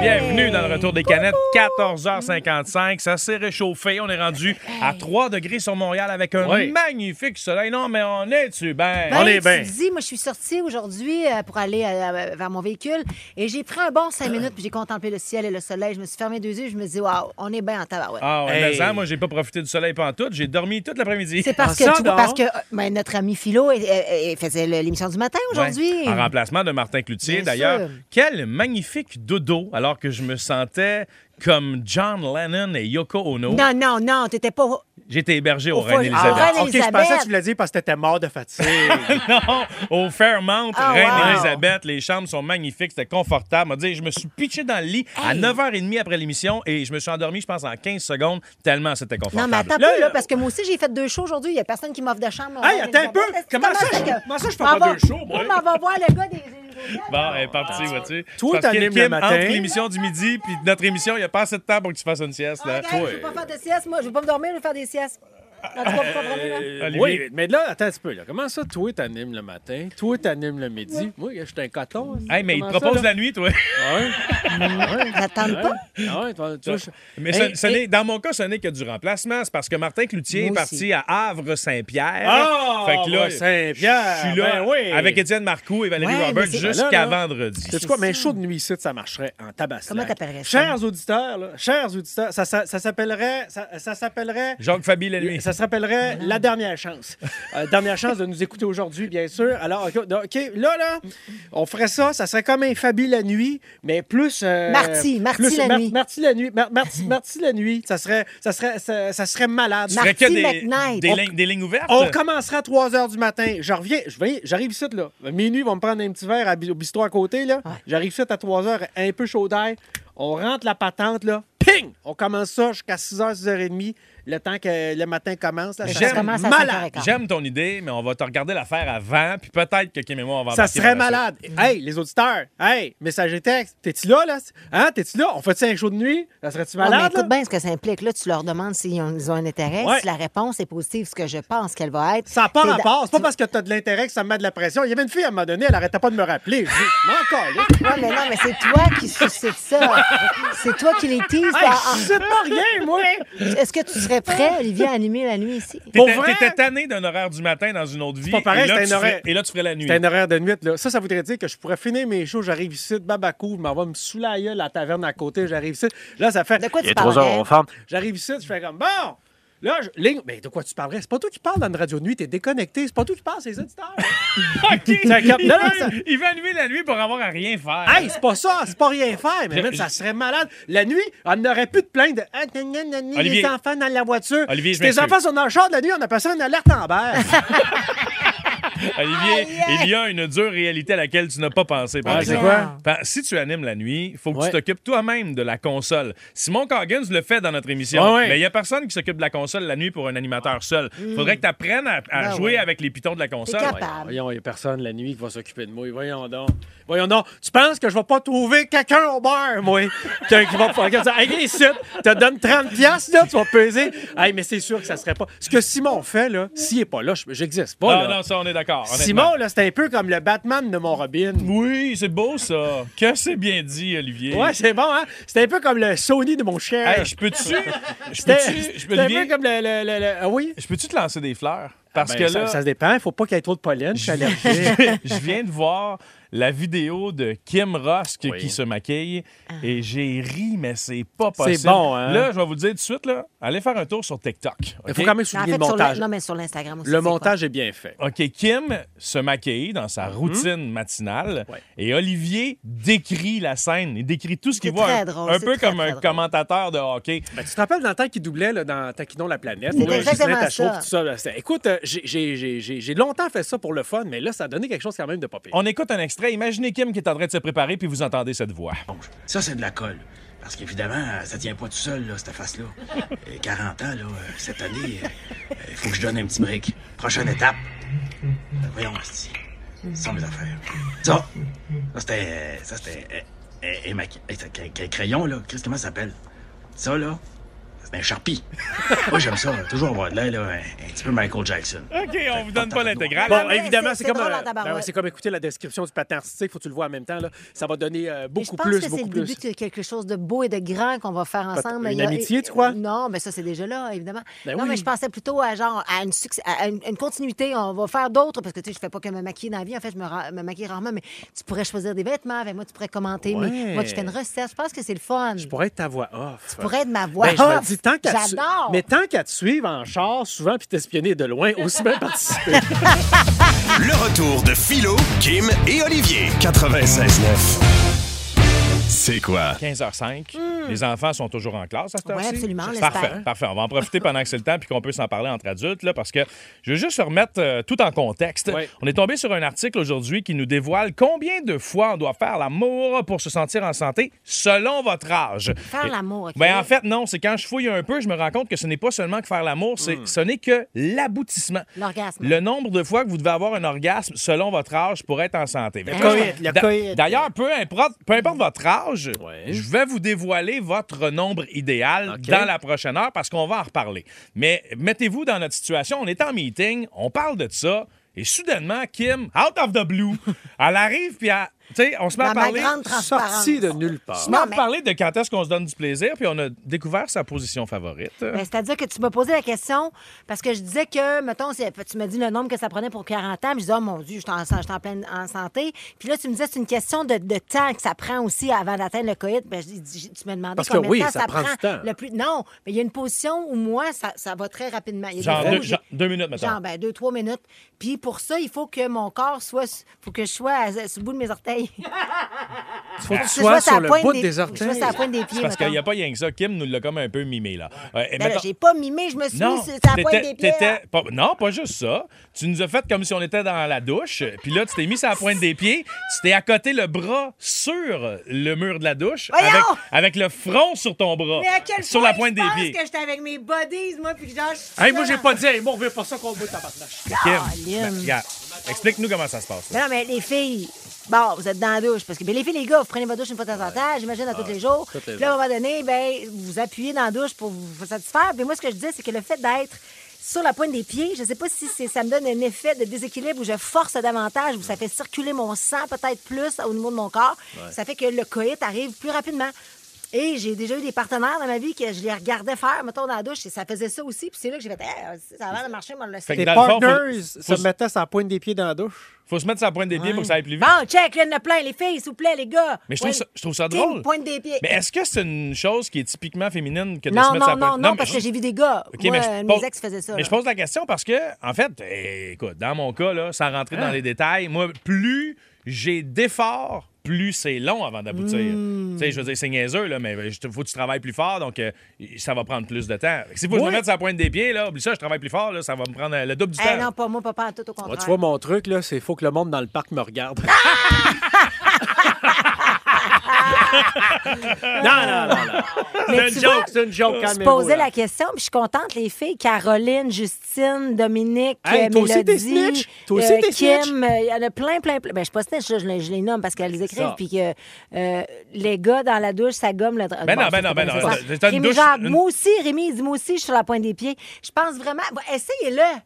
Bienvenue dans le retour des canettes, 14h55. Ça s'est réchauffé. On est rendu à 3 degrés sur Montréal avec un Oui. magnifique soleil. Non, mais on est tu ben? Ben, On est bien. Tu dis, moi, je suis sortie aujourd'hui euh, pour aller euh, vers mon véhicule et j'ai pris un bon Ah. cinq minutes puis j'ai contemplé le ciel et le soleil. Je me suis fermé deux yeux je me suis dit, waouh, on est bien en tabarouette. Ah, ouais, Hey. mais ça, moi, j'ai pas profité du soleil pendant tout. J'ai dormi toute l'après-midi. C'est parce Ah, ça que, tu vois, donc. parce que euh, ben, notre ami Philo elle, elle, elle faisait le- l'émission du matin aujourd'hui. Ouais. En remplacement de Martin Cloutier, Bien d'ailleurs. sûr. Quel magnifique dodo, alors que je me sentais comme John Lennon et Yoko Ono. Non, non, non, t'étais pas. J'étais hébergé au Au fond, Reine-Élisabeth. ah, OK, je pensais Elisabeth. que tu voulais dire parce que t'étais mort de fatigue. Non, au Fairmount, Ah, wow. Reine-Élisabeth. Les chambres sont magnifiques, c'était confortable. On va dire, je me suis pitché dans le lit à 9h30 après l'émission et je me suis endormi, je pense, en 15 secondes, tellement c'était Non, confortable. mais attends un Là, peu, là- euh, là, parce que moi aussi, j'ai fait deux shows aujourd'hui. Il n'y a personne qui m'offre de chambre. Hey, Euh, attends un peu. Elisabeth, Comment ça, c'est je- que- comment ça, je peux M'en pas va- deux shows, moi? Oui, mais on va voir le gars des. Bon, elle est partie, Ah, vois-tu. Toi, Parce que t'animes Kim, le matin. Entre l'émission du midi puis notre émission, il n'y a pas assez de temps pour que tu fasses une sieste. là. Ah, regarde, Je ne vais pas faire de sieste, moi. Je ne vais pas me dormir, je vais faire des siestes. En tout cas, vous comprenez, là? Euh, Olivier. oui, mais là, attends un petit peu. Là. Comment ça, toi, t'animes le matin? Toi, t'animes le midi? Moi, je suis un Ah coton. Hey, mais il te propose la nuit, toi. T'attends pas. Ah Ouais, toi, toi, je- Mais Hey, ce- ce hey, n'est- dans mon cas, ce n'est que du remplacement. C'est parce que Martin Cloutier Moi est parti aussi. à Havre-Saint-Pierre. Ah, fait que là, ouais, Saint-Pierre, je suis là ben oui. avec Étienne Marcoux et Valérie Ouais, mais Roberts c'est- Ben là, là. jusqu'à vendredi. C'est quoi, mais un show de nuit ici, ça marcherait en tabac. Comment t'appellerais ça? Chers auditeurs, là, chers auditeurs, ça, ça, ça s'appellerait. Ça, ça s'appellerait. Jacques Fabi la nuit. Ça se rappellerait la dernière chance. Euh, dernière chance de nous écouter aujourd'hui, bien sûr. Alors, OK, donc, OK, là, là, on ferait ça. Ça serait comme un Fabi la nuit, mais plus. euh, Marty, Marty la nuit. Marty la nuit. Mar- Marty, Marty la nuit. Ça serait, ça serait, ça, ça serait malade. Tu ferais que Marty des, McKnight. des On- lignes, des lignes ouvertes. On commencera à 3 h du matin. Je reviens, je vais, j'arrive ici, là. Minuit, ils vont me prendre un petit verre à bi- au bistrot à côté, là. J'arrive ici à 3 h, un peu chaud d'air. On rentre la patente, là. Ping! On commence ça jusqu'à 6 h, 6 h 30. Le temps que le matin commence, là, Mais ça J'aime- ça commence à malade. 5h15. J'aime ton idée, mais on va te regarder l'affaire avant, puis peut-être que Kim et moi, on va Ça embarquer serait dans la malade. Hey, les auditeurs, hey, message et texte, t'es-tu là, là? Hein, t'es-tu là? On fait-tu un show de nuit? Ça serait-tu Ouais, mais malade? là? écoute bien ce que ça implique. Là, tu leur demandes s'ils ont, ils ont un intérêt. Ouais. Si la réponse est positive, ce que je pense qu'elle va être. Ça n'a pas t'es rapport. C'est pas tu- parce que t'as de l'intérêt que ça me met de la pression. Il y avait une fille à un moment donné, elle arrêtait pas de me rappeler. Je dis, Mais encore, là. Ouais, mais non, mais c'est toi qui suscite ça. c'est toi qui les teases. Hey, Ah, je sais pas rien, moi! ah. Est-ce que tu serais prêt, Olivier, à animer la nuit ici? salle. Pour vrai? T'étais t'étais tanné d'un horaire du matin dans une autre vie. pas pareil, et, là, c'est tu un horaire- ferais- et là, tu ferais la nuit. C'est un horaire de nuit, là. Ça, ça voudrait dire que je pourrais finir mes shows, j'arrive ici, babacou, je m'en vais me saouler à la gueule à la taverne à côté, j'arrive ici. Là, ça fait. De quoi Il tu est 3 parles? heures, on ferme. J'arrive ici, je fais comme bon. Là, je... ligne- Mais de quoi tu parlerais? C'est pas toi qui parles dans une radio de nuit, t'es déconnecté. C'est pas toi qui parles, c'est les auditeurs. OK. il, un cap- Non, non, ça- veut, il veut annuler la nuit pour avoir à rien faire. hey, c'est pas ça, c'est pas rien faire. Mais Je- man, ça serait malade. La nuit, on n'aurait plus de plainte de. Ah, gna, gna, gna, gna, Olivier. les enfants dans la voiture. Olivier, je si tes m'excuse. enfants sont dans le char de la nuit, on appelle ça une alerte en Olivier, Aïe, aïe. il y a une dure réalité à laquelle tu n'as pas pensé. par Ah, exemple. c'est quoi? Par- Si tu animes la nuit, il faut que Ouais. tu t'occupes toi-même de la console. Simon Coggins le fait dans notre émission, Ouais, ouais. mais il n'y a personne qui s'occupe de la console la nuit pour un animateur seul. Il faudrait que tu apprennes à, à Ah. Mm. Ben jouer ouais. avec les pitons de la console. capable. Ah. Voyons, il n'y a personne la nuit qui va s'occuper de moi. Voyons donc. Voyons donc. Tu penses que je vais pas trouver quelqu'un au bar, moi? Quelqu'un qui va faire comme ça. Hey, ici, te donne 30 piastres, là, tu vas peser. Hey, mais c'est sûr que ça serait pas. Ce que Simon fait, là, s'il n'est pas là, je- j'existe pas. Non, là. non, ça, on est d'accord. honnêtement. Simon, là, c'est un peu comme le Batman de mon Robin. Oui, c'est beau, ça. Que c'est bien dit, Olivier. Ouais, c'est bon, hein? C'est un peu comme le Sony de mon cher. Hey, je peux-tu... Je peux-tu... c'est Je c'est peux, un Olivier, peu comme le. le- le- le- ah oui? je peux-tu te lancer des fleurs? Parce Ben, que ça, là... ça se dépend. Il faut pas qu'il y ait trop de pollen. Je suis allergique. je viens de voir la vidéo de Kim Ross qui, qui se maquille Ah. et j'ai ri, mais c'est pas C'est possible. bon, hein? Là, je vais vous le dire tout de suite, là, allez faire un tour sur TikTok. Il OK? faut quand même Non, en souligner fait, le sur le- montage. non, mais sur l'Instagram aussi. Le c'est quoi? montage est bien fait. OK, Kim se maquille dans sa routine matinale Mhm. Ouais. et Olivier décrit la scène. Il décrit tout ce qu'il C'est voit. très un- drôle, un c'est peu très, comme très un drôle. commentateur de hockey. Ben, tu te rappelles dans le temps qu'il doublait là, dans Taquinons la planète? C'est là, exactement Ghislain Tachereau, ça. puis tout là, c'est- Écoute, euh, j'ai- j'ai- j'ai j'ai- j'ai longtemps fait ça pour le fun, mais là, ça a donné quelque chose quand même de pas pire. On écoute un extrait. Imaginez Kim qui est en train de se préparer puis vous entendez cette voix. Ça, c'est de la colle. Parce qu'évidemment, ça tient pas tout seul, là, cette face-là. Euh, 40 ans, là, euh, cette année, il faut que je donne un petit break. Prochaine étape. Euh, voyons, asti. Sans mes affaires. Ça, ça c'était... euh, Ça, c'était... euh, euh, euh, maqui- euh, c'est quel- quel crayon, là? Chris, comment ça s'appelle? Ça, là, ben, Sharpie. Moi, j'aime ça. Toujours avoir de l'air, là, un, un petit peu Michael Jackson. OK, on vous donne pas l'intégrale. Bon, Ah, ben ouais, c'est- évidemment, Ah, c'est c'est comme, drôle euh, en tabarouette. ben ouais, c'est comme écouter la description du patin artistique, faut que tu le vois en même temps. Là. Ça va donner euh, Mais je beaucoup pense plus, que c'est beaucoup le plus. début de quelque chose de beau et de grand qu'on va faire ensemble. une Il y a- amitié, tu crois? Non, mais ça, c'est déjà là, évidemment. Ben non, oui. mais je pensais plutôt à genre à une, succès- à une, une continuité. On va faire d'autres parce que tu sais, je fais pas que me maquiller dans la vie. En fait, je me, ra- me maquille rarement, mais tu pourrais choisir des vêtements avec moi, tu pourrais commenter. Mais Ouais. moi, tu fais une recette. Je pense que c'est le fun. Je Pour être ta voix off. Tu pourrais être ma voix. Ben, je me off. dis, tant qu'à te su- J'adore. Mais tant qu'à te suivre en char, souvent, puis t'espionner de loin, aussi bien participer. Le retour de Philo, Kim et Olivier. 96.9. C'est quoi? 15h05. Les enfants sont toujours en classe à cette Hmm. Ouais, heure-ci? absolument, on l'espère. Parfait, parfait. On va en profiter pendant que c'est le temps puis qu'on peut s'en parler entre adultes, là, parce que je veux juste remettre euh, tout en contexte. Ouais. On est tombé sur un article aujourd'hui qui nous dévoile combien de fois on doit faire l'amour pour se sentir en santé selon votre âge. Faire Et- l'amour, OK. Ben, en fait, non. C'est quand je fouille un peu, je me rends compte que ce n'est pas seulement que faire l'amour, c'est ce n'est que l'aboutissement. L'orgasme. Le nombre de fois que vous devez avoir un orgasme selon votre âge pour être en santé. Fait que coït, moi, le d'a- coït. D'ailleurs, peu importe, peu importe votre âge, Ouais. je vais vous dévoiler votre nombre idéal OK. dans la prochaine heure parce qu'on va en reparler. Mais mettez-vous dans notre situation. On est en meeting, on parle de ça. Et soudainement, Kim, out of the blue, elle arrive, puis elle- tu sais, on se met à Dans ma parler. grande transparence. Sorti de nulle part. On se met à Non, mais- parler de quand est-ce qu'on se donne du plaisir, puis on a découvert sa position favorite. Ben, C'est-à-dire que tu m'as posé la question parce que je disais que, mettons, c'est- tu m'as dit le nombre que ça prenait pour 40 ans. puis Je disais, oh mon Dieu, je suis en, je suis en pleine en santé. Puis là, tu me disais, c'est une question de, de temps que ça prend aussi avant d'atteindre le coït. Ben, je dis- je- tu me demandais Parce que combien de oui, temps ça prend du temps. Le plus... Non, mais il y a une position où moi, ça, ça va très rapidement. Il y a des Genre fois deux- où j'ai- genre deux minutes, mettons. Genre, ben, deux, trois minutes. Puis pour ça, il faut que mon corps soit. faut que je sois à- sur le bout de mes orteils. Faut que tu Je sois sois sur la le pointe bout des- des Je sois orteils. sur la pointe des pieds. Parce qu'il mettons. n'y a pas rien que ça. Kim nous l'a comme un peu mimé, là. Euh, et Ben là, mettons- j'ai pas mimé, je me suis mis Non, sur sur la pointe t'étais- des pieds. t'étais pas- non, pas juste ça. Tu nous as fait comme si on était dans la douche, puis là, tu t'es mis sur la pointe des pieds, tu t'es accoté le bras sur le mur de la douche, Voyons! avec, avec le front sur ton bras, Mais à quel sur point la pointe je des pense pieds. que j'étais avec mes buddies, moi, puis que genre... je- Hey, moi, j'ai pas dit, hey, moi, on veut pas ça qu'on bout de ta Kim, Caroline. ben, regarde, explique-nous comment ça se passe. là. Mais non, mais les filles, bon, vous êtes dans la douche. Parce que ben, les filles, les gars, vous prenez votre douche une fois de temps en temps, j'imagine, à tous les jours. tous les Puis là, à un moment donné, ben, vous vous appuyez dans la douche pour vous vous satisfaire. Mais moi, ce que je disais, c'est que le fait d'être sur la pointe des pieds, je sais pas si c'est- ça me donne un effet de déséquilibre où je force davantage, où ça fait circuler mon sang peut-être plus au niveau de mon corps. Ça fait que le coït arrive plus rapidement. Et j'ai déjà eu des partenaires dans ma vie que je les regardais faire, mettons, dans la douche, et ça faisait ça aussi. Puis c'est là que j'ai fait, Hey, ça a l'air de marcher, moi, le Fait que Tes dans le fond, faut- partners faut- se mettaient sur la pointe des pieds dans la douche. Faut se mettre sur la pointe des pieds pour que ça aille plus vite. Bon, check, là, il y en a plein, les filles, s'il vous plaît, les gars. Mais je trouve, Pointe- ça, je trouve ça Tim, drôle. pointe des pieds. Mais est-ce que c'est une chose qui est typiquement féminine que de se mettre non, sur non, la pointe non, non, mais- parce que j'ai vu des gars. OK, Moi, mais je euh, pose- mes ex faisaient ça. Mais là. je pose la question parce que, en fait, eh, écoute, dans mon cas, là, sans rentrer dans les détails, moi, plus j'ai d'efforts, plus c'est long avant d'aboutir. Hmm. Tu sais, je veux dire, c'est niaiseux, là, mais il faut que tu travailles plus fort, donc euh, ça va prendre plus de temps. Si vous me Oui. mettre sur la pointe des pieds, là, oublie ça, je travaille plus fort, là, ça va me prendre euh, le double du Eh temps. non, pas moi, pas, pas en tout, au contraire. Moi, tu vois, mon truc, là, c'est faut que le monde dans le parc me regarde. non, non, non, non. Mais C'est tu une vois, joke, c'est une joke. tu calmez-vous, posais là. la question, puis je suis contente, les filles. Caroline, Justine, Dominique, Hey, toi aussi, Mélodie, t'es snitch? Toi aussi, euh, t'es snitch? Kim, euh, il y en a plein, plein, plein. Ben, je suis pas snitch, là, je, les- je les nomme parce qu'elles les écrivent, Ça. puis que euh, les gars dans la douche, ça gomme le... dra- Ben non, ben c'est non, pas ben non. nécessaire. C'est une Rémi douche- Jacques, une- Moi aussi, Rémi, il dit, moi aussi, je suis sur la pointe des pieds. Je pense vraiment... Bon, Essayez-le.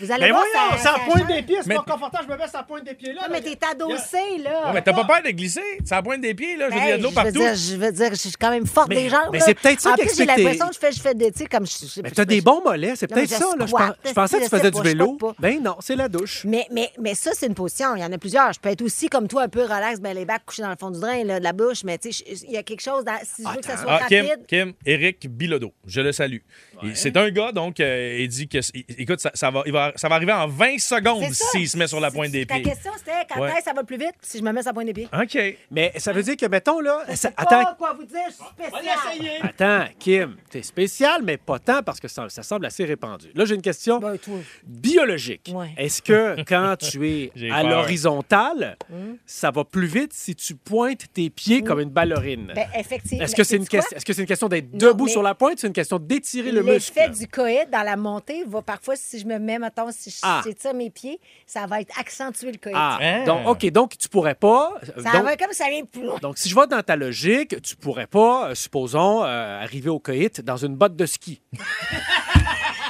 Vous allez Mais voir, Ben voyons, ça, ça ça pointe change. des pieds, c'est Mais- pas confortable, je me mets ça pointe des pieds là. Non, mais t'es adossé. adossé, là. Ouais, mais t'as pas peur de glisser? C'est la pointe des pieds, là. Je veux dire, il y a de l'eau Hey, Ben, je veux partout. dire, Je veux dire, je suis quand même forte Mais- des jambes. mais là. c'est peut-être ça En qui plus, j'ai explique tes- l'impression que je fais, je fais des, tu sais, comme je suis. Mais t'as des bons mollets, c'est Non, peut-être mais je ça, là. Je squatte, pens- Je pensais que je tu faisais sais du pas, je vélo. squatte pas. Ben non, c'est la douche. Mais, mais, mais ça, c'est une position. Il y en a plusieurs. Je peux être aussi, comme toi, un peu relax, ben, les bacs couchés dans le fond du drain, là, de la bouche. Mais tu sais, je- il y a quelque chose. dans- si je veux que ça soit Ah, Kim, rapide. Kim, Eric Bilodeau, je le salue. Et C'est un gars, donc, euh, il dit que, écoute, ça, ça va, il va- ça va arriver en 20 secondes C'est ça. s'il se met sur la pointe des Ta pieds. question, c'était quand Ouais. est-ce que ça va plus vite si je me mets sur la pointe des pieds? OK. Mais ça veut dire que, mettons, là. Ah, ça- Hein? Pas Attends, quoi vous dire, je suis spécial. attends, Kim, t'es spécial, mais pas tant parce que ça, ça semble assez répandu. Là, j'ai une question Ben, toi. biologique. Ouais. Est-ce que quand tu es J'ai à peur. l'horizontale, Hum. ça va plus vite si tu pointes tes pieds comme une ballerine? Ben, effectivement. Est-ce que c'est une, sais-tu quoi? question- est-ce que c'est une question d'être debout mais- sur la pointe ou c'est une question d'étirer le muscle? L'effet du coït dans la montée va parfois, si je me mets, mettons, mettons, si je- Ah. c'est ça mes pieds, ça va être accentué le coït. Ah, Hein? donc, OK, donc tu pourrais pas. euh, ça donc, va comme ça vient plus loin. donc, si je vais dans ta logique, tu pourrais pas, euh, supposons, euh, arriver au coït dans une botte de ski. On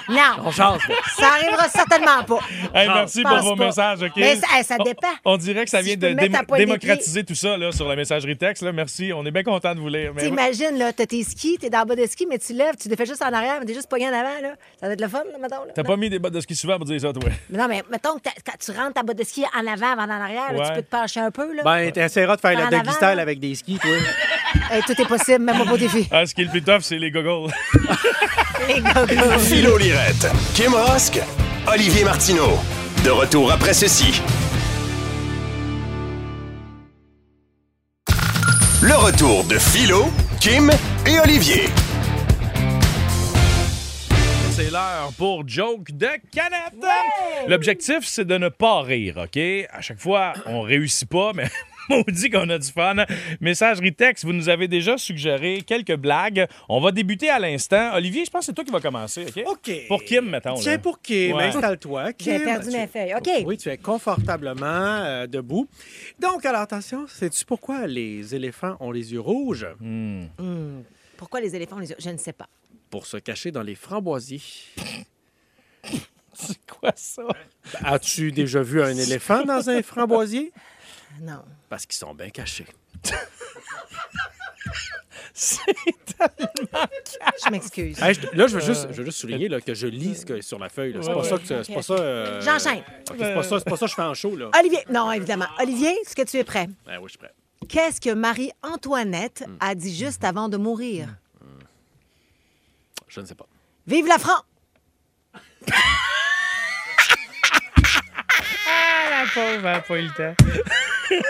Non, jase, là. ça arrivera certainement pas. Hey, merci Je pour pense vos pas. messages, OK? Mais ça, hey, ça dépend. On, on dirait que ça Si vient je de peux me mettre démo- à poil des démocratiser tout ça là, sur la messagerie texte. Là. Merci, on est bien content de vous lire. mais- T'imagines, là, t'as tes skis, t'es dans le bas de ski, mais tu lèves, tu les fais juste en arrière, mais t'es juste pogné en avant, là. Ça va être le fun, là, mettons. là. T'as pas mis des bottes de ski souvent pour dire ça, toi? Mais non, mais mettons que t'as- quand tu rentres ta botte de ski en avant avant en arrière, là, Ouais. tu peux te pencher un peu, là. Ben, t'essaieras de faire En le doggy avant, style là. avec des skis, toi. Hey, Eh, tout est possible, même pas des filles. Ah, ce qui est le plus tough, c'est les goggles. Les gogos. Philo Lirette, Kim Rosk, Olivier Martineau. De retour après ceci. Le retour de Philo, Kim et Olivier. C'est l'heure pour Joke de Canette. L'objectif, c'est de ne pas rire, OK? À chaque fois, on réussit pas, mais maudit qu'on a du fun. Messagerie texte, vous nous avez déjà suggéré quelques blagues. On va débuter à l'instant. Olivier, je pense que c'est toi qui vas commencer, OK? OK. Pour Kim, mettons. là. Tiens, pour Kim, Ouais. installe-toi. Kim, perdu tu- mes feuilles. OK. Oui, tu es confortablement euh, debout. Donc, alors, attention, sais-tu pourquoi les éléphants ont les yeux rouges? Pourquoi les éléphants, ont les yeux? Je ne sais pas. Pour se cacher dans les framboisiers. C'est quoi ça? As-tu déjà vu un éléphant dans un framboisier? Non. Parce qu'ils sont bien cachés. Je m'excuse. Hey, je- là, je veux juste, je veux juste souligner là, que je lis ce qu'il y a sur la feuille. là. C'est pas, ça que c'est pas ça. euh, J'enchaîne. Ah. OK, c'est pas ça, c'est pas ça que je fais en show. Là. Olivier, non, évidemment. Olivier, est-ce que tu es prêt? Ben oui, je suis prêt. Qu'est-ce que Marie-Antoinette a dit juste avant de mourir? Je ne sais pas. Vive la France! Pauvre, hein, pas eu le temps.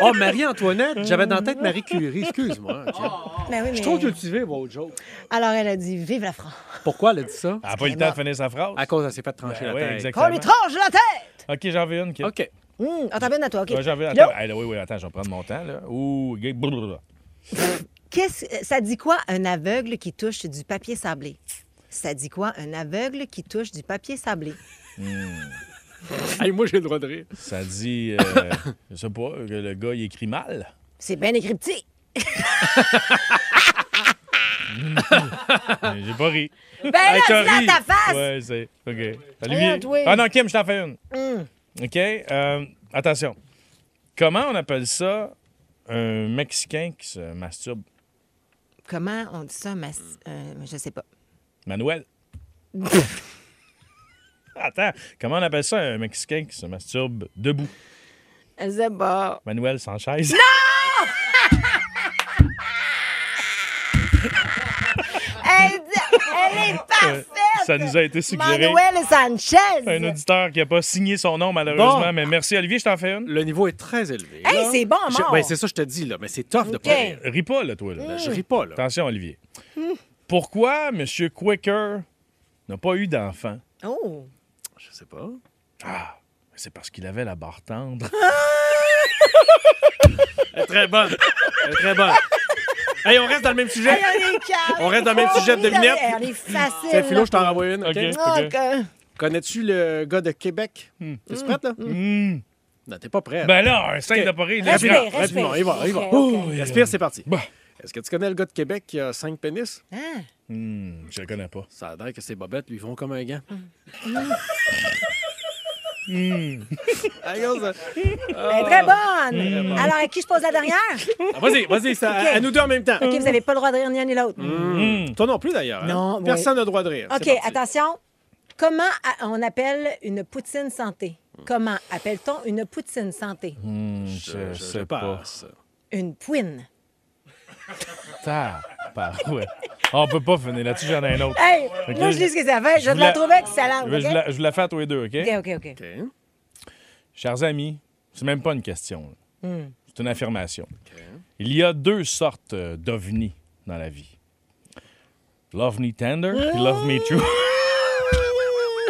Oh, Marie-Antoinette, j'avais dans la tête Marie Curie. Excuse-moi. OK. Ben oui, Je suis mais- trop cultivé, wow, Joe. Alors, elle a dit Vive la France! Pourquoi elle a dit ça? Elle a pas eu le temps de finir sa phrase. À cause, Ah, elle s'est fait trancher Ben la oui, tête. exactement. Qu'on lui tranche la tête! OK, j'en veux une, Kim. OK. Hum, on t'amène à toi, OK? Ouais, j'en veux- Là, attends, hey, là, oui, oui, attends, je vais prendre mon temps, là. Ouh, gay- brrr. qu'est-ce- euh, ça dit quoi un aveugle qui touche du papier sablé? Ça dit quoi un aveugle qui touche du papier sablé? Hey, moi, j'ai le droit de rire. ça dit, euh, je sais pas, que le gars, il écrit mal. C'est bien écrit petit! Mais J'ai pas ri. Ben là, Hey, t'as dis-le ri. à ta face! Ouais, c'est. OK. Olivier. toi. Mm. Ah non, Kim, je t'en fais une. OK. euh, attention. Comment on appelle ça un Mexicain qui se masturbe? Comment on dit ça? Mas... euh, je sais pas. Manuel. Attends. Comment on appelle ça un Mexicain qui se masturbe debout? Je sais pas. Manuel Sanchez. Elle, elle est parfaite! Ça nous a été suggéré. Manuel Sanchez! Un auditeur qui n'a pas signé son nom, malheureusement. Bon. Mais merci, Olivier, je t'en fais une. Le niveau est très élevé. Hey, là. c'est bon, Je- mort. ben, c'est ça, je te dis, là. Mais c'est tough de OK. pas rire. Ris pas, là, Mm. toi. Là. Ben, Je ris pas, là. Attention, Olivier. Pourquoi M. Quaker n'a pas eu d'enfant? Ah, Oh! Je sais pas. C'est parce qu'il avait la barre tendre. Elle est très bonne. Elle est très bonne. Hey, on reste dans le même sujet. Hey, on est calme. On reste dans le même sujet de devinette. Hey, On est facile. Tiens, Philo, je t'en renvoie une. OK? OK. là. Donc, euh, Connais-tu le gars de Québec? Es-tu prête, là? Hmm. Non, t'es pas prête. Ben là, un 5 Ok. de Paris, il est Respect, grand. respect. Rapidement, il va, il va. Ok, Oh, ok. respire, c'est parti. Bon. Est-ce que tu connais le gars de Québec qui a cinq pénis? hein? Hmm, je le connais pas. Ça a l'air que ses bobettes lui vont comme un gant. Ah, regarde ça. Elle est très bonne. Alors, à qui je pose la dernière? Ah, Vas-y, vas-y, ça- à nous deux en même temps. OK, vous n'avez pas le droit de rire ni un ni l'autre. Toi non plus, d'ailleurs. hein? Non, oui. Personne n'a le droit de rire. OK, C'est parti. attention. Comment a- on appelle une poutine santé? Comment appelle-t-on une poutine santé? Hmm, je, Je sais pas. passe. Une pouine. Tard. ouais. On peut pas finir là-dessus, j'en ai un autre. Hey, Ok. moi, je dis ce que ça fait. Je, Je la voulais- trouvais excellente. Je Ah, OK? vous la- je vous la fais à tous les deux, OK? OK, OK, OK. OK. Chers amis, c'est même pas une question. là. C'est une affirmation. Il y a deux sortes euh, d'ovnis dans la vie. Love me tender, puis love me true.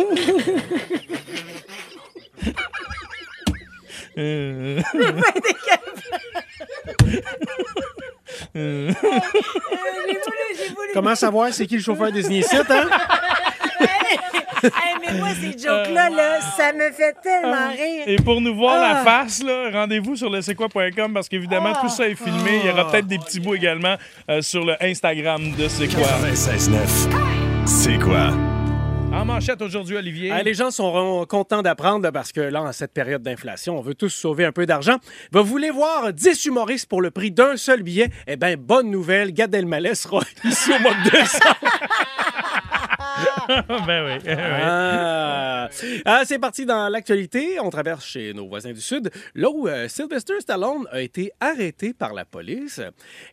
Euh, J'ai voulu, j'ai voulu. Comment savoir c'est qui le chauffeur désigné ici, hein? Hey, mais moi, ces jokes-là, là, ça me fait tellement rire. Et pour nous voir la face, là, rendez-vous sur le quoi.com parce qu'évidemment, tout ça est filmé. Il y Ah! aura peut-être des petits bouts également euh, sur le Instagram de C'est quoi. 96.9. C'est quoi? En manchette aujourd'hui, Olivier. Ah, les gens seront contents d'apprendre parce que là, en cette période d'inflation, on veut tous sauver un peu d'argent. Ben, vous voulez voir 10 humoristes pour le prix d'un seul billet? Eh bien, bonne nouvelle, Gad Elmaleh sera ici au mois de décembre. ben oui. Ah. Ah, c'est parti dans l'actualité. On traverse chez nos voisins du Sud, là où euh, Sylvester Stallone a été arrêté par la police.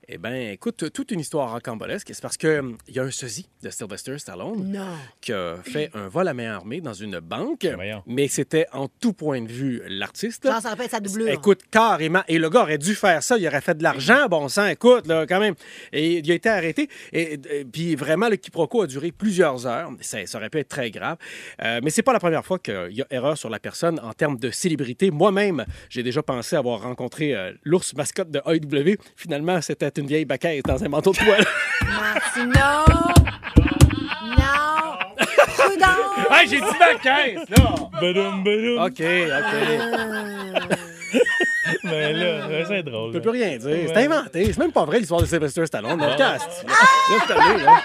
Eh bien, écoute, toute une histoire rocambolesque. C'est parce qu'il y a un sosie de Sylvester Stallone Non. qui a fait un vol à main armée dans une banque, Ben Voyons. mais c'était en tout point de vue l'artiste. là. Genre, ça rappelle sa doublure. Mm. Écoute, carrément. Et le gars aurait dû faire ça. Il aurait fait de l'argent, bon sang. Écoute, là, quand même. Et il a été arrêté. Et, et- puis vraiment, le quiproquo a duré plusieurs heures. Ça, ça aurait pu être très grave. Euh, mais c'est pas la première fois qu'il y a erreur sur la personne en termes de célébrité. Moi-même, j'ai déjà pensé avoir rencontré euh, l'ours mascotte de AEW. Finalement, c'était une vieille baquette dans un manteau de poêle. Martino! Non! Prudence! hey, j'ai dit baquette, là! Ah! Badoum, badoum. OK, OK. Ben là, ouais, c'est drôle. hein. Je peux plus rien dire. C'est Ouais. inventé. C'est même pas vrai l'histoire de Sylvester Stallone. Dans le cast. Là, je te le dis, là.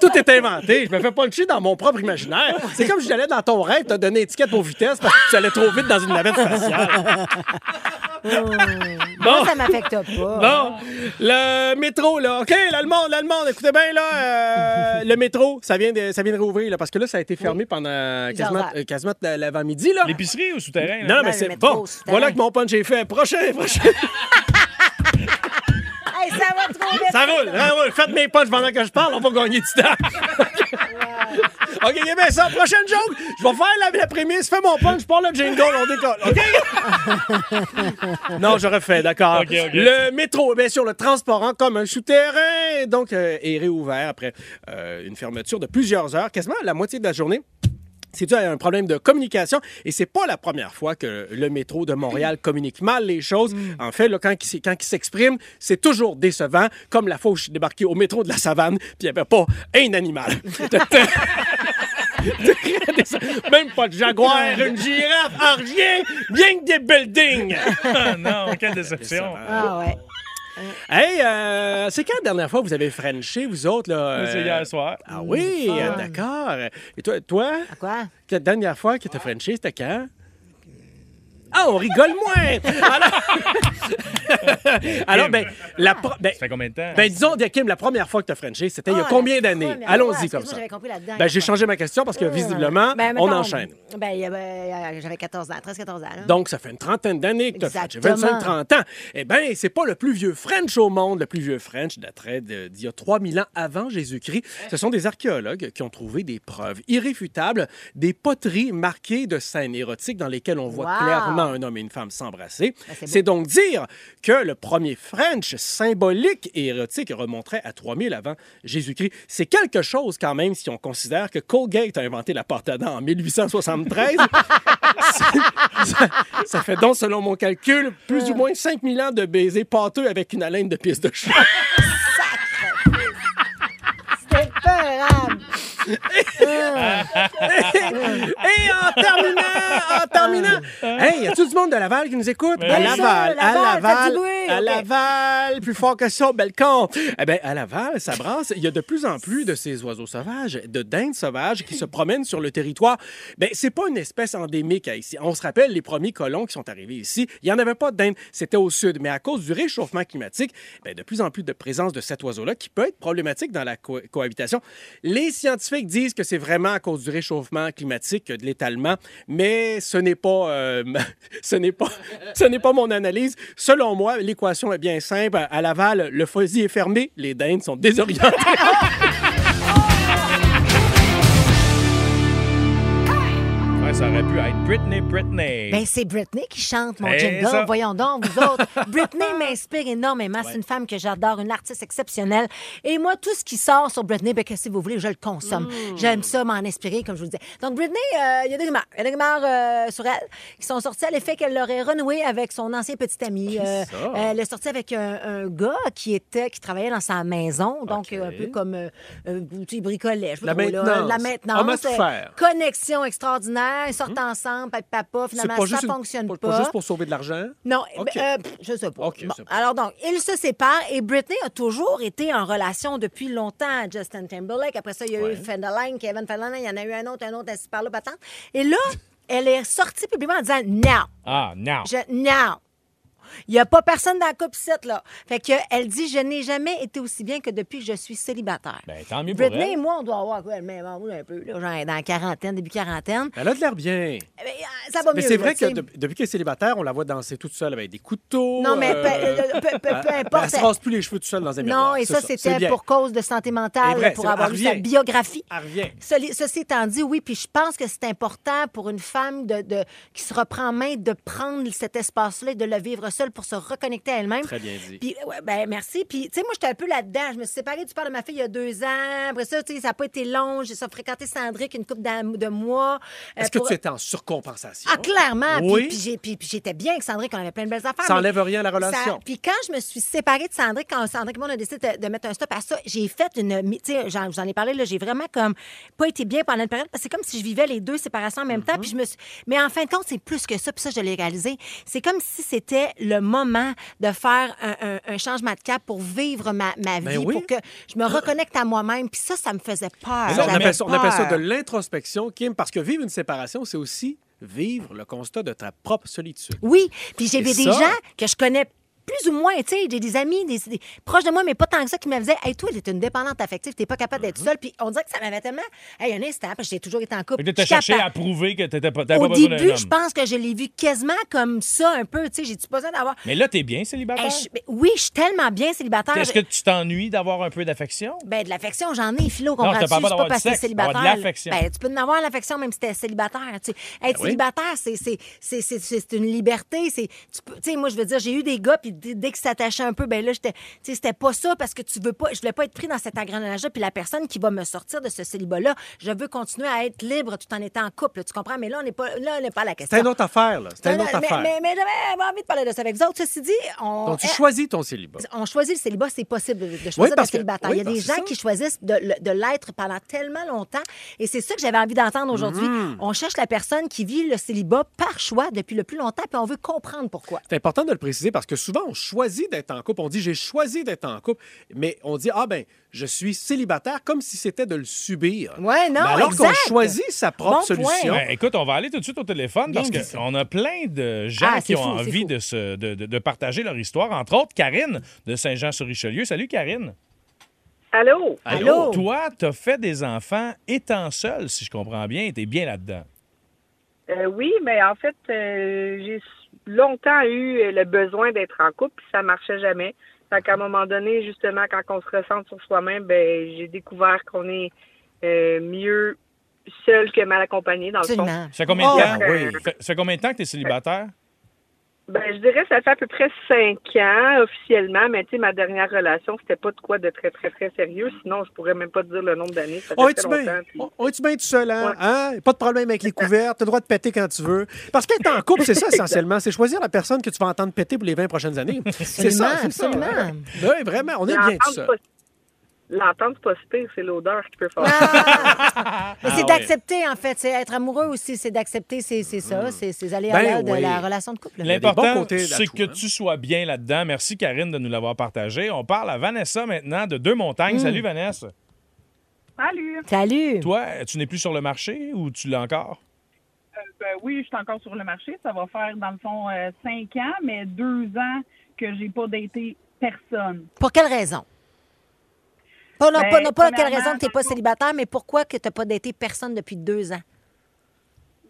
Tout est inventé. Je me fais pas le chier dans mon propre imaginaire. C'est comme si j'allais dans ton rêve, t'as donné étiquette pour vitesse parce que tu allais trop vite dans une navette spatiale. Moi, ça m'affecte pas. Bon, le métro, là. OK, l'Allemand, l'Allemand, écoutez bien, là, euh, le métro, ça vient de, ça vient de rouvrir, là, parce que là, ça a été fermé pendant quasiment, heures. euh, quasiment l'avant-midi, là. L'épicerie ou souterrain? Non, là? mais le c'est métro, bon. c'est Voilà terrain. que mon punch est fait. Prochain, prochain. Hey, ça va trop vite. Ça roule, hein? ça roule. Faites mes punches pendant que je parle, on va gagner du temps. OK, eh bien ça. Prochaine joke, je vais faire la, la prémisse, fais mon punch, je pars le jingle, on décolle. OK? non, je refais, d'accord. OK, OK. Le métro, eh bien sûr, le transport en commun souterrain, donc, euh, est réouvert après euh, une fermeture de plusieurs heures, quasiment la moitié de la journée. C'est dû à un problème de communication et c'est pas la première fois que le métro de Montréal communique mal les choses. Mm. En fait, là, quand il, s- quand il s'exprime, c'est toujours décevant, comme la fois où je suis débarqué au métro de la savane puis il n'y avait pas un animal. Même pas de jaguar, une girafe, un rien, bien que des buildings. Ah non, quelle déception. Ah ouais. Hey, euh, c'est quand la dernière fois que vous avez frenché, vous autres? Là, Moi, C'est euh, hier soir. Ah oui, euh, d'accord. Et toi, toi? À quoi? La dernière fois que t'as Frenché, c'était quand? Ah, on rigole moins! Alors, Alors, ben, la pro- ben, Ça fait combien de temps? ben, disons, de- Kim, la première fois que t'as Frenché, c'était il y a Ah, combien la d'années? première fois, Allons-y comme excuse-moi, ça. j'avais compris la dernière Ben, j'ai fois. changé ma question parce que visiblement, Ben, Hein? on mettons, enchaîne. Ben, il y avait- euh, j'avais 14 ans, 13-14 ans. là. Donc, ça fait une trentaine d'années que tu as French. Exactement. 25-30 ans. Eh bien, c'est pas le plus vieux French au monde. Le plus vieux French daterait de- d'il y a 3000 ans avant Jésus-Christ. Ce sont des archéologues qui ont trouvé des preuves irréfutables des poteries marquées de scènes érotiques dans lesquelles on voit Wow. clairement un homme et une femme s'embrasser. Ah, c'est beau. c'est donc dire que le premier French symbolique et érotique remonterait à 3000 avant Jésus-Christ. C'est quelque chose quand même si on considère que Colgate a inventé la porte à dents en 1873 ça fait donc, selon mon calcul, plus ou moins 5000 ans de baiser pâteux avec une haleine de piste de chat. C'était peurable. Et en terminant, en terminant, hey, y a-tu du monde de Laval qui nous écoute? Ah. À Ben oui. Laval, à Laval, faites Laval, du bruit, à ok. Laval, plus fort que ça, balcon. Eh bien, à Laval, ça brasse. Il y a de plus en plus de ces oiseaux sauvages, de dindes sauvages qui se promènent sur le territoire. Bien, c'est pas une espèce endémique à ici. On se rappelle les premiers colons qui sont arrivés ici. Il n'y en avait pas de dinde. C'était au sud. Mais à cause du réchauffement climatique, ben, de plus en plus de présence de cet oiseau-là qui peut être problématique dans la co- cohabitation. Les scientifiques disent que c'est vraiment à cause du réchauffement climatique, euh, de l'étalement, mais ce n'est pas, euh, ce n'est pas, ce n'est pas mon analyse. Selon moi, l'équation est bien simple. À Laval, le fosier est fermé, les dindes sont désorientées. Ouais, ça aurait aurait pu être Britney, Britney. Ben, c'est Britney qui chante mon Eh, jingle. ça. Voyons donc, vous autres. Britney m'inspire énormément. C'est une femme que j'adore, une artiste exceptionnelle. Et moi, tout ce qui sort sur Britney, ben, qu'est-ce que vous voulez, je le consomme. Mm. J'aime ça m'en inspirer, comme je vous le disais. Donc, Britney, euh, il y a des rumeurs. Il y a des rumeurs euh, sur elle qui sont sorties à l'effet qu'elle aurait renoué avec son ancien petit ami. Euh, elle est sortie avec un, un gars qui était, qui travaillait dans sa maison. Donc, euh, un peu comme, euh, euh, tu sais, bricolait. Je sais La pas trop, là. maintenance. La maintenance. Homme à tout Euh, faire. Connexion extraordinaire. Ils sortent ensemble, papa, papa. Mhm. C'est Finalement, pas ça juste une- fonctionne pas- pas. pas juste pour sauver de l'argent. Non, Ok. ben, euh, pff, je sais pas. Ok, Bon, je sais pas. alors donc, ils se séparent et Britney a toujours été en relation depuis longtemps à Justin Timberlake. Après ça, il y a eu Fenderline, Kevin Federline, il y en a eu un autre, un autre, ainsi par là, patente. Et là, elle est sortie publiquement en disant « Now, Ah, non. je, now! » Il n'y a pas personne dans la coupe ici, là. Fait que elle dit « Je n'ai jamais été aussi bien que depuis que je suis célibataire. Ben, tant mieux pour Britney et elle. moi, on doit avoir quoi, le même âge un peu, là, genre dans la quarantaine, début quarantaine. Elle a de l'air bien. Eh ben, ça va Mais mieux, c'est là, vrai tu que sais. de- depuis qu'elle est célibataire, on la voit danser toute seule avec des couteaux. Non, mais euh, peu, euh, peu- peu- peu elle- importe. Elle se rase plus les cheveux toute seule dans un miroir. Non, et C'est ça, c'est c'était bien. pour cause de santé mentale, C'est vrai, pour c'est vrai. avoir Elle lu sa revient. biographie. Elle revient. Celi- Ceci étant dit, oui, puis je pense que c'est important pour une femme de, de- qui se reprend en main de prendre cet espace-là et de le vivre seule pour se reconnecter à elle-même. Très bien dit. Puis, ouais, ben, merci. Puis, tu sais, moi, j'étais un peu là-dedans. Je me suis séparée du père de ma fille il y a deux ans. Après ça, tu sais, ça n'a pas été long. J'ai ça, fréquenté Sandrick une couple d'am- de mois. Euh, Est-ce que pour- tu étais en surcompensation? ah, clairement. Puis- Oui. Puis, j'ai- puis- puis j'étais bien avec Sandrick, on avait plein de belles affaires. Ça mais enlève rien à la ça- relation. puis quand je me suis séparée de Sandrick, quand Sandrick et moi, on a décidé de, de mettre un stop à ça, j'ai fait une... mi- Tu sais, j'en j'en ai parlé, là, j'ai vraiment comme pas été bien pendant une période. parce que C'est comme si je vivais les deux séparations en même Mhm. temps. Puis je me suis... Mais en fin de compte, c'est plus que ça. Puis ça, je l'ai réalisé. C'est comme si c'était le moment de faire un, un- un changement de cap pour vivre ma, ma vie, Ben oui. pour que je me reconnecte à moi-même. Puis ça, ça me faisait peur. Mais ça, on, J'avais appelle ça, on appelle ça peur. de l'introspection, Kim, parce que vivre une séparation, c'est aussi vivre le constat de ta propre solitude. Oui, puis j'ai Et des ça- gens que je connais plus ou moins, tu sais, j'ai des amis, des, des proches de moi, mais pas tant que ça, qui me disaient, hey, toi, t'es une dépendante affective, t'es pas capable Mhm. d'être seule. Puis on dirait que ça m'avait tellement, hey, un instant, parce que j'ai toujours été en couple. Fait que t'as Je suis cherché à capable. prouver que t'étais pas, t'avais Au pas besoin d'un début, homme. je pense que je l'ai vu quasiment comme ça, un peu, tu sais, j'ai-tu besoin d'avoir. Mais là, t'es bien célibataire. Hey, Eh, je- mais oui, je suis tellement bien célibataire. Est-ce que tu t'ennuies d'avoir un peu d'affection? Ben, de l'affection, j'en ai, Philo, te comprends-tu? parle pas C'est pas d'avoir du parce que t'es sexe, d'avoir de célibataire. l'affection. Ah Ben, tu peux en avoir l'affection même si t'es célibataire. tu sais. Être célibataire, c'est- c'est- c'est c'est- c'est une liberté. c'est- Tu peux- tu sais, moi, je veux dire, j'ai eu des gars, puis dès dès qu'ils s'attachaient un peu, ben là, j'étais- tu sais, c'était pas ça parce que tu veux pas, je voulais pas être pris dans cet engrenage-là, puis la personne qui va me sortir de ce célibat-là, je veux continuer à être libre tout en étant en couple, tu comprends? Mais là, on n'est pas, là, on n'est pas à la question. C'est une autre affaire, là. C'est Non, une non, autre mais, affaire. mais, mais j'avais envie de parler de ça avec vous autres. Ceci dit, on. Donc, tu eh, choisis ton célibat. on choisit le célibat, c'est possible de choisir Oui, le parce que- célibataire. oui, Il y a des parce que gens ça. qui choisissent de, le- de l'être pendant tellement longtemps. Et c'est ça que j'avais envie d'entendre aujourd'hui. Mm. On cherche la personne qui vit le célibat par choix depuis le plus longtemps, puis on veut comprendre pourquoi. C'est important de le préciser parce que souvent, on choisit d'être en couple. On dit, j'ai choisi d'être en couple, mais on dit, ah ben, je suis célibataire, comme si c'était de le subir. Ouais, Mais non, alors qu'on exact. choisit sa propre Bon solution. point. Ben, écoute, on va aller tout de suite au téléphone Bien parce dit. qu'on a plein de gens Ah, c'est qui ont fou, c'est envie fou. de, se- de- de- de partager leur histoire, entre autres Karine de Saint-Jean-sur-Richelieu. Salut Karine. Allô? Allô? Toi, t'as fait des enfants étant seul, si je comprends bien, t'es bien là-dedans. Euh, oui, mais en fait, euh, j'ai longtemps eu euh, le besoin d'être en couple, puis ça marchait jamais. Fait qu'à un moment donné, justement, quand on se ressent sur soi-même, ben j'ai découvert qu'on est euh, mieux seul que mal accompagné, dans le fond. Absolument. Ça fait combien de Oh, temps? oui. Ça fait- ça fait combien de temps que t'es célibataire? Ben, je dirais que ça fait à peu près cinq ans officiellement, mais tu sais, ma dernière relation, c'était pas de quoi de très, très, très sérieux. Sinon, je pourrais même pas te dire le nombre d'années. Ça On fait est-tu longtemps. bien? puis- Oh, On- On est-tu bien tout seul, hein? Ouais. Hein? Pas de problème avec les couverts, t'as le droit de péter quand tu veux. Parce qu'être en couple, c'est ça essentiellement. C'est choisir la personne que tu vas entendre péter pour les 20 prochaines années. C'est ça, c'est ça. Ben Absolument, absolument. Oui, vraiment, on est bien tout L'entente, seul. c'est pas- L'entente, c'est pas si pire, c'est l'odeur qui peut faire. Ah Mais c'est d'accepter, en fait. C'est être amoureux aussi, c'est d'accepter, c'est c'est ça, c'est ces aléas Ben de oui. la relation de couple. y a des bons L'important, côtés c'est d'atout, que hein. tu sois bien là-dedans. Merci, Karine, de nous l'avoir partagé. On parle à Vanessa maintenant de Deux-Montagnes. Salut, Vanessa. Salut! Salut. Toi, tu n'es plus sur le marché ou tu l'as encore? Euh, ben oui, je suis encore sur le marché. Ça va faire, dans le fond, euh, cinq ans, mais deux ans que j'ai pas daté personne. Pour quelle raison? Pas, non, Ben, pas, non, pas quelle premièrement, raison que t'es pas célibataire, mais pourquoi que t'as pas daté personne depuis deux ans?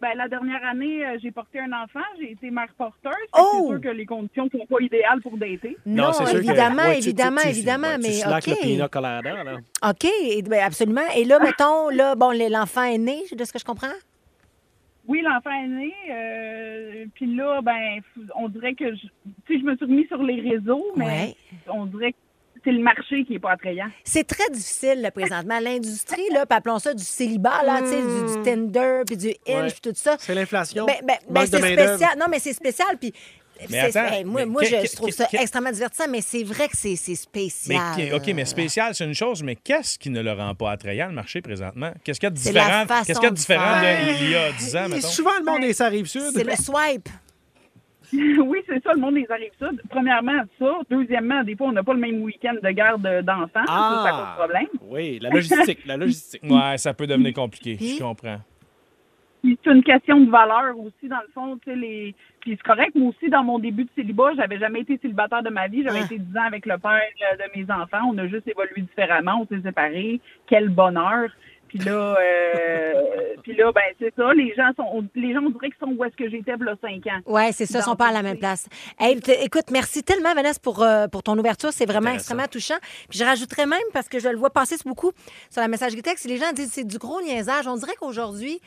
Ben, la dernière année, euh, j'ai porté un enfant, j'ai été mère porteuse. Fait que Oh! C'est sûr que les conditions sont pas idéales pour dater. Non, c'est sûr que- évidemment, ouais, tu- tu- évidemment, tu- évidemment, ouais, tu mais slack le OK. eh pina colada, là. OK, et- ben, absolument. Et là, mettons, là, bon, l'enfant est né, de ce que je comprends? Oui, l'enfant est né. euh, puis là, ben, on dirait que je, tu sais, je me suis remis sur les réseaux, mais Ouais. on dirait que c'est le marché qui est pas attrayant. C'est très difficile, là, présentement. L'industrie, là, puis appelons ça du célibat, là, tu sais, du, du Tinder, puis du Hinge, Hmm. Ouais. puis tout ça. C'est l'inflation. Ben, ben, ben, manque de c'est main-d'œuvre. spécial. Non, mais c'est spécial, puis... Mais c'est- attends, hey, moi, mais moi, que- je que- trouve que- ça que- extrêmement divertissant, mais c'est vrai que c'est c'est Mais, spécial. qui- OK, mais spécial, c'est une chose, mais qu'est-ce qui ne le rend pas attrayant, le marché présentement? Qu'est-ce qu'il y a de C'est la différent, façon qu'est-ce qu'il y a de de différent faire. d'il y a 10 ans, Et mettons? souvent, le monde est ça arrive sud. C'est le swipe. oui, c'est ça, le monde des arrive sud. Premièrement, ça. Deuxièmement, des fois, on n'a pas le même week-end de garde euh, d'enfants. Ça, ça Ah! cause problème. Oui, la logistique, la logistique. Ouais, ça peut devenir compliqué, Puis- je comprends. Puis c'est une question de valeur aussi, dans le fond, tu sais, les. Puis c'est correct, moi aussi, dans mon début de célibat, j'avais jamais été célibataire de ma vie. J'avais Ah. été 10 ans avec le père euh, de mes enfants. On a juste évolué différemment, on s'est séparés. Quel bonheur! Puis là, euh, puis là, ben c'est ça. Les gens sont, on- les gens on dirait qu'ils sont où est-ce que j'étais il y a 5 ans. Oui, c'est ça, ils Dans sont pas à la le même pays. place. Hey, t- écoute, merci tellement, Vanessa, pour, euh, pour ton ouverture. C'est vraiment extrêmement touchant. Puis je rajouterais même, parce que je le vois passer beaucoup sur la messagerie texte, les gens disent c'est du gros niaisage. On dirait qu'aujourd'hui,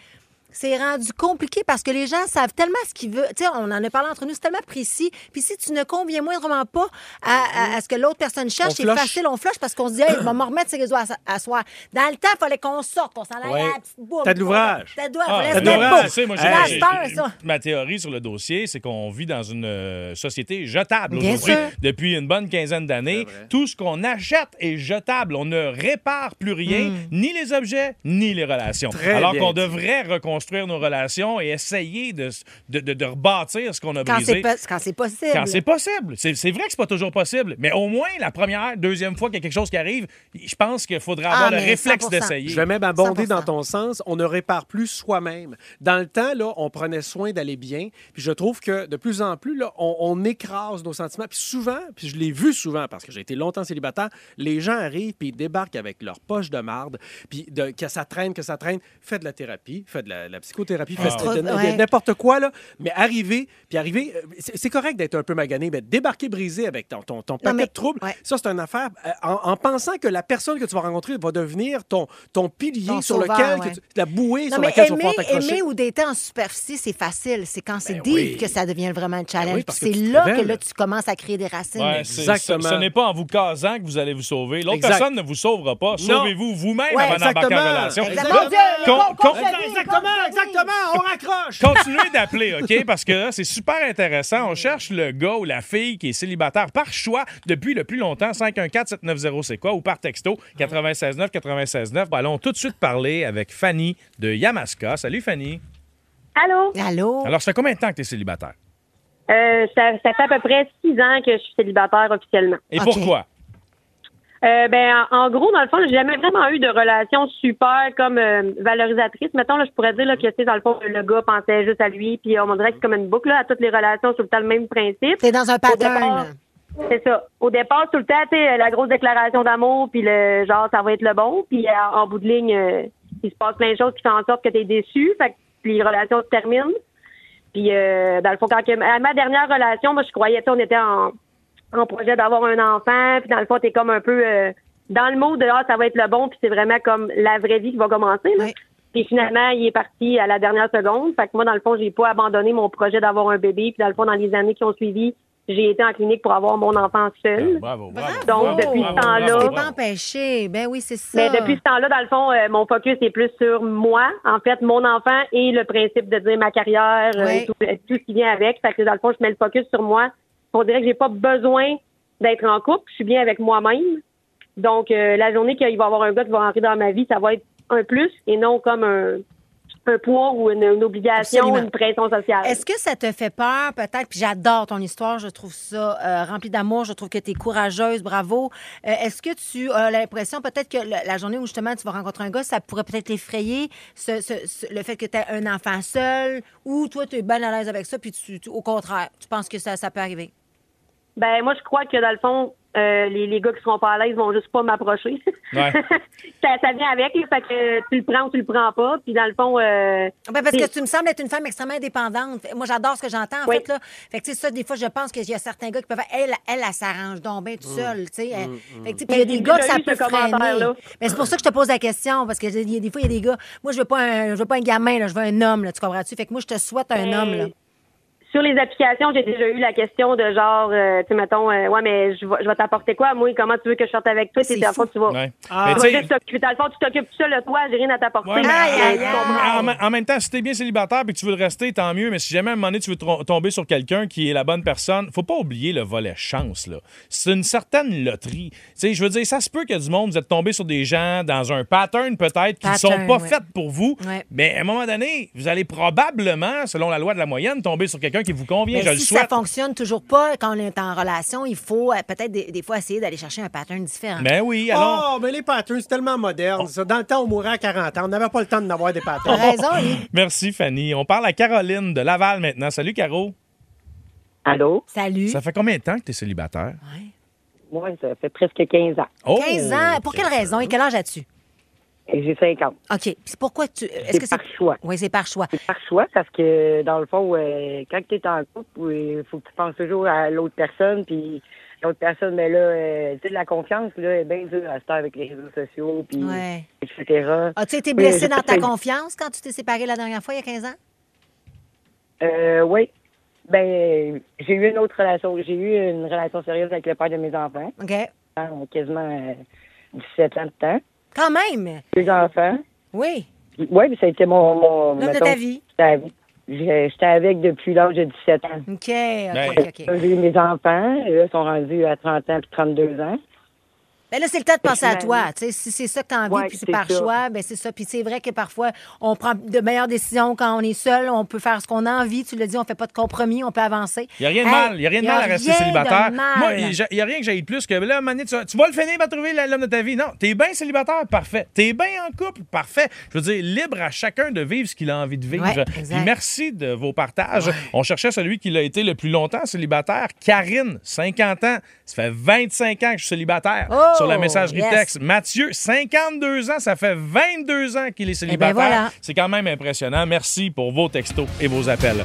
c'est rendu compliqué parce que les gens savent tellement ce qu'ils veulent. Tu sais, on en a parlé entre nous, c'est tellement précis. Puis si tu ne conviens moindrement pas à, à- à ce que l'autre personne cherche, On c'est flush. facile, on flush parce qu'on se dit, hey, je vais m'en remettre ces réseaux à, à soir. Dans le temps, il fallait qu'on sorte, qu'on s'en aille Ouais. à la petite boum. T'as de l'ouvrage. T'as de l'ouvrage. Ah, fallait se t'as de mettre l'ouvrage, beau. tu sais, moi, j'ai- Là, à j'ai- cette heure, ça. ma théorie sur le dossier, c'est qu'on vit dans une euh, société jetable Bien aujourd'hui. sûr. Depuis une bonne quinzaine d'années, tout ce qu'on achète est jetable. On ne répare plus rien, Hmm. ni les objets, ni les relations. Très Alors bien qu'on dit. devrait reconstruire nos relations et essayer de, s- de, de- de rebâtir ce qu'on a Quand brisé. c'est pos- quand c'est possible. Quand c'est possible. C'est c'est vrai que c'est pas toujours possible, mais au moins la première, deuxième fois qu'il y a quelque chose qui arrive, je pense qu'il faudra Ah, avoir le mais réflexe 100%. d'essayer. Je vais même abonder 100%. dans ton sens. On ne répare plus soi-même. Dans le temps, là, on prenait soin d'aller bien. Puis je trouve que de plus en plus, là, on, on écrase nos sentiments. Puis souvent, puis je l'ai vu souvent parce que j'ai été longtemps célibataire, les gens arrivent puis ils débarquent avec leur poche de marde. Puis de- que ça traîne, que ça traîne. Fais de la thérapie, fais de la, la psychothérapie, fais Ah. de- de- de- Ouais. n'importe quoi. Là, mais arriver, puis arriver, euh, c'est c'est correct d'être un peu magané, mais débarquer brisé avec ton, ton, ton paquet mais- de troubles, ouais. ça, c'est une affaire. euh, En, en pensant que la personne que tu vas rencontrer va devenir ton, ton pilier Ton sur sauveur, lequel, ouais. que tu- la bouée Non, sur mais laquelle tu vas aimer, pouvoir t'accrocher. aimer ou dater en superficie, c'est facile. C'est quand c'est Ben deep oui. que ça devient vraiment un challenge. Ben oui, Puis parce c'est que tu te là que révèles. là, tu commences à créer des racines. Ouais, Ouais, c'est- Exactement. Ce, ce n'est pas en vous casant que vous allez vous sauver. L'autre Exact. personne ne vous sauvera pas. Sauvez-vous vous-même Ouais, avant d'embarquer en exactement. relation. Exactement. Là, Dieu, il con- con- Exactement, exactement, on raccroche. Continuez d'appeler, OK? Parce que là, c'est super intéressant. On cherche le gars ou la fille qui est célibataire par choix depuis le plus longtemps. 514-790, c'est quoi? Ou par texto, 96-9, 96-9. Bon, allons tout de suite parler avec Fanny de Yamaska. Salut, Fanny. Allô? Allô? Alors, ça fait combien de temps que tu es célibataire? Euh, ça, ça fait à peu près six ans que je suis célibataire officiellement. Et OK. pourquoi? Euh, ben, en, en gros, dans le fond, j'ai jamais vraiment eu de relation super comme euh, valorisatrice. Mettons, là, je pourrais dire là, que, tu sais, dans le fond, le gars pensait juste à lui, puis on dirait que c'est comme une boucle, là, à toutes les relations, c'est tout le temps le même principe. T'es dans un départ, pattern. C'est ça. Au départ, tout le temps, tu sais, la grosse déclaration d'amour, puis le genre, ça va être le bon, puis euh, en bout de ligne, euh, il se passe plein de choses qui font en sorte que tu es déçu, fait que les relations se terminent. Puis, euh, dans le fond, quand que- à ma dernière relation, moi, je croyais, tu sais, on était en, en projet d'avoir un enfant, puis dans le fond, t'es comme un peu euh, dans le mot de ah, ça va être le bon, puis c'est vraiment comme la vraie vie qui va commencer. Là. Oui. Puis finalement, il est parti à la dernière seconde. Fait que moi, dans le fond, j'ai pas abandonné mon projet d'avoir un bébé. Puis dans le fond, dans les années qui ont suivi, j'ai été en clinique pour avoir mon enfant seul. Bravo, Bravo. Donc, depuis ce bravo, bravo, temps-là- T'es bravo. pas empêché. Ben oui, c'est ça. Mais depuis ce temps-là, dans le fond, euh, mon focus est plus sur moi, en fait, mon enfant et le principe de dire ma carrière, euh, Ouais. tout, euh, tout ce qui vient avec. Fait que dans le fond, je mets le focus sur moi. On dirait que j'ai pas besoin d'être en couple. Je suis bien avec moi-même. Donc, euh, la journée qu'il va y avoir un gars qui va rentrer dans ma vie, ça va être un plus et non comme un, un poids ou une, une obligation ou Absolument. une pression sociale. Est-ce que ça te fait peur, peut-être? Puis j'adore ton histoire, je trouve ça euh, rempli d'amour, je trouve que tu es courageuse, bravo. Euh, Est-ce que tu as l'impression, peut-être que le- la journée où justement tu vas rencontrer un gars, ça pourrait peut-être l'effrayer, ce- ce- ce- le fait que tu as un enfant seul, ou toi, tu es bien à l'aise avec ça, puis tu, tu- au contraire, tu penses que ça, ça peut arriver? Ben moi je crois que dans le fond, euh, les, les gars qui seront pas à l'aise vont juste pas m'approcher. Ouais. ça, ça vient avec, là, fait que tu le prends ou tu le prends pas. Puis dans le fond, euh, Ah ben, parce que tu me sembles être une femme extrêmement indépendante. Fait- Moi, j'adore ce que j'entends, en Oui. fait. Là. Fait que, tu sais, ça, des fois, je pense qu'il y a certains gars qui peuvent. faire, Elle, elle, elle s'arrange donc bien tout seul. Tu sais, elle- Fait que, tu sais, puis il y a des il gars que l'a ça eu, peut ce commentaire-là. freiner. Mais c'est pour ça que je te pose la question, parce que il y a- des fois, il y a des gars. Moi, je veux pas un, je veux pas un gamin, là, je veux un homme, là, tu comprends-tu? Fait que moi, je te souhaite un Ben, homme, là. sur les applications, j'ai déjà eu la question de genre, euh, tu sais, mettons, euh, ouais, mais je vais, je vais t'apporter quoi, moi? Comment tu veux que je sorte avec toi? C'est Puis dans le fond, fou. tu vas. Ouais. Ah. Mais tu tu sais, vas juste t'occuper. Dans le fond, tu t'occupes tout seul de toi, j'ai rien à t'apporter. Ouais, mais euh, Aïe, aïe, Tu aïe. comprends? en, en même temps, si t'es bien célibataire et que tu veux le rester, tant mieux. Mais si jamais à un moment donné, tu veux trom- tomber sur quelqu'un qui est la bonne personne, faut pas oublier le volet chance. là. C'est une certaine loterie. Tu sais, je veux dire, ça se peut que du monde, vous êtes tombé sur des gens dans un pattern peut-être qui ne sont Pattern, pas ouais. faits pour vous. Ouais. Mais à un moment donné, vous allez probablement, selon la loi de la moyenne, tomber sur quelqu'un qui vous convient. Mais je le si ça souhaite. fonctionne toujours pas quand on est en relation, il faut euh, peut-être des, des fois essayer d'aller chercher un pattern différent. Mais oui, allons. Oh, mais les patterns, c'est tellement moderne. ça. Dans le temps, on mourait à 40 ans. On n'avait pas le temps de n'avoir des T'as patterns. raison, Oli. Merci, Fanny. On parle à Caroline de Laval maintenant. Salut, Caro. Allô? Salut. Ça fait combien de temps que tu es célibataire? Ouais. Moi, ça fait presque 15 ans. Oh! 15 ans. Pour quelle raison et quel âge as-tu? Et J'ai 50. OK. Puis pourquoi tu. Est-ce C'est que c'est. par choix. Oui, c'est par choix. C'est par choix parce que, dans le fond, euh, quand tu es en couple, il faut que tu penses toujours à l'autre personne. Puis l'autre personne, mais là, euh, tu sais, la confiance, là, est bien dure à se faire avec les réseaux sociaux, puis Ouais. etc. As-tu été blessé j'ai dans ta fait- confiance quand tu t'es séparé la dernière fois, il y a 15 ans? Euh, oui. Ben, j'ai eu une autre relation. J'ai eu une relation sérieuse avec le père de mes enfants. OK. pendant quasiment euh, 17 ans de temps. Quand même. Deux enfants. Oui. Oui, mais ça a été mon... mon L'homme de mettons, ta vie. j'étais avec- j'ai- J'étais avec depuis l'âge de 17 ans. OK. Ben, OK, OK. OK. J'ai eu mes enfants, eux sont rendus à 30 ans puis 32 ans. Ben là, c'est le temps de penser à Finalement. toi. Tu sais, si c'est ça que tu as envie, Ouais, puis c'est c'est par ça. choix, ben c'est ça. Puis c'est vrai que parfois, on prend de meilleures décisions quand on est seul. On peut faire ce qu'on a envie. Tu l'as dit, on fait pas de compromis, on peut avancer. Il n'y a rien de Hey, mal, y a rien de mal à y a rester rien de célibataire. mal. Moi, il n'y a rien que j'aille plus que là, Mané, tu, tu vas le finir par trouver l'homme de ta vie. Non, t'es bien célibataire, parfait. T'es bien en couple, parfait. Je veux dire, libre à chacun de vivre ce qu'il a envie de vivre. Ouais, Puis exact. merci de vos partages. On cherchait celui qui l'a été le plus longtemps célibataire, Karine, 50 ans. Ça fait 25 ans que je suis célibataire Oh, sur la messagerie yes. texte. Mathieu, 52 ans, ça fait 22 ans qu'il est célibataire. Eh voilà. C'est quand même impressionnant. Merci pour vos textos et vos appels.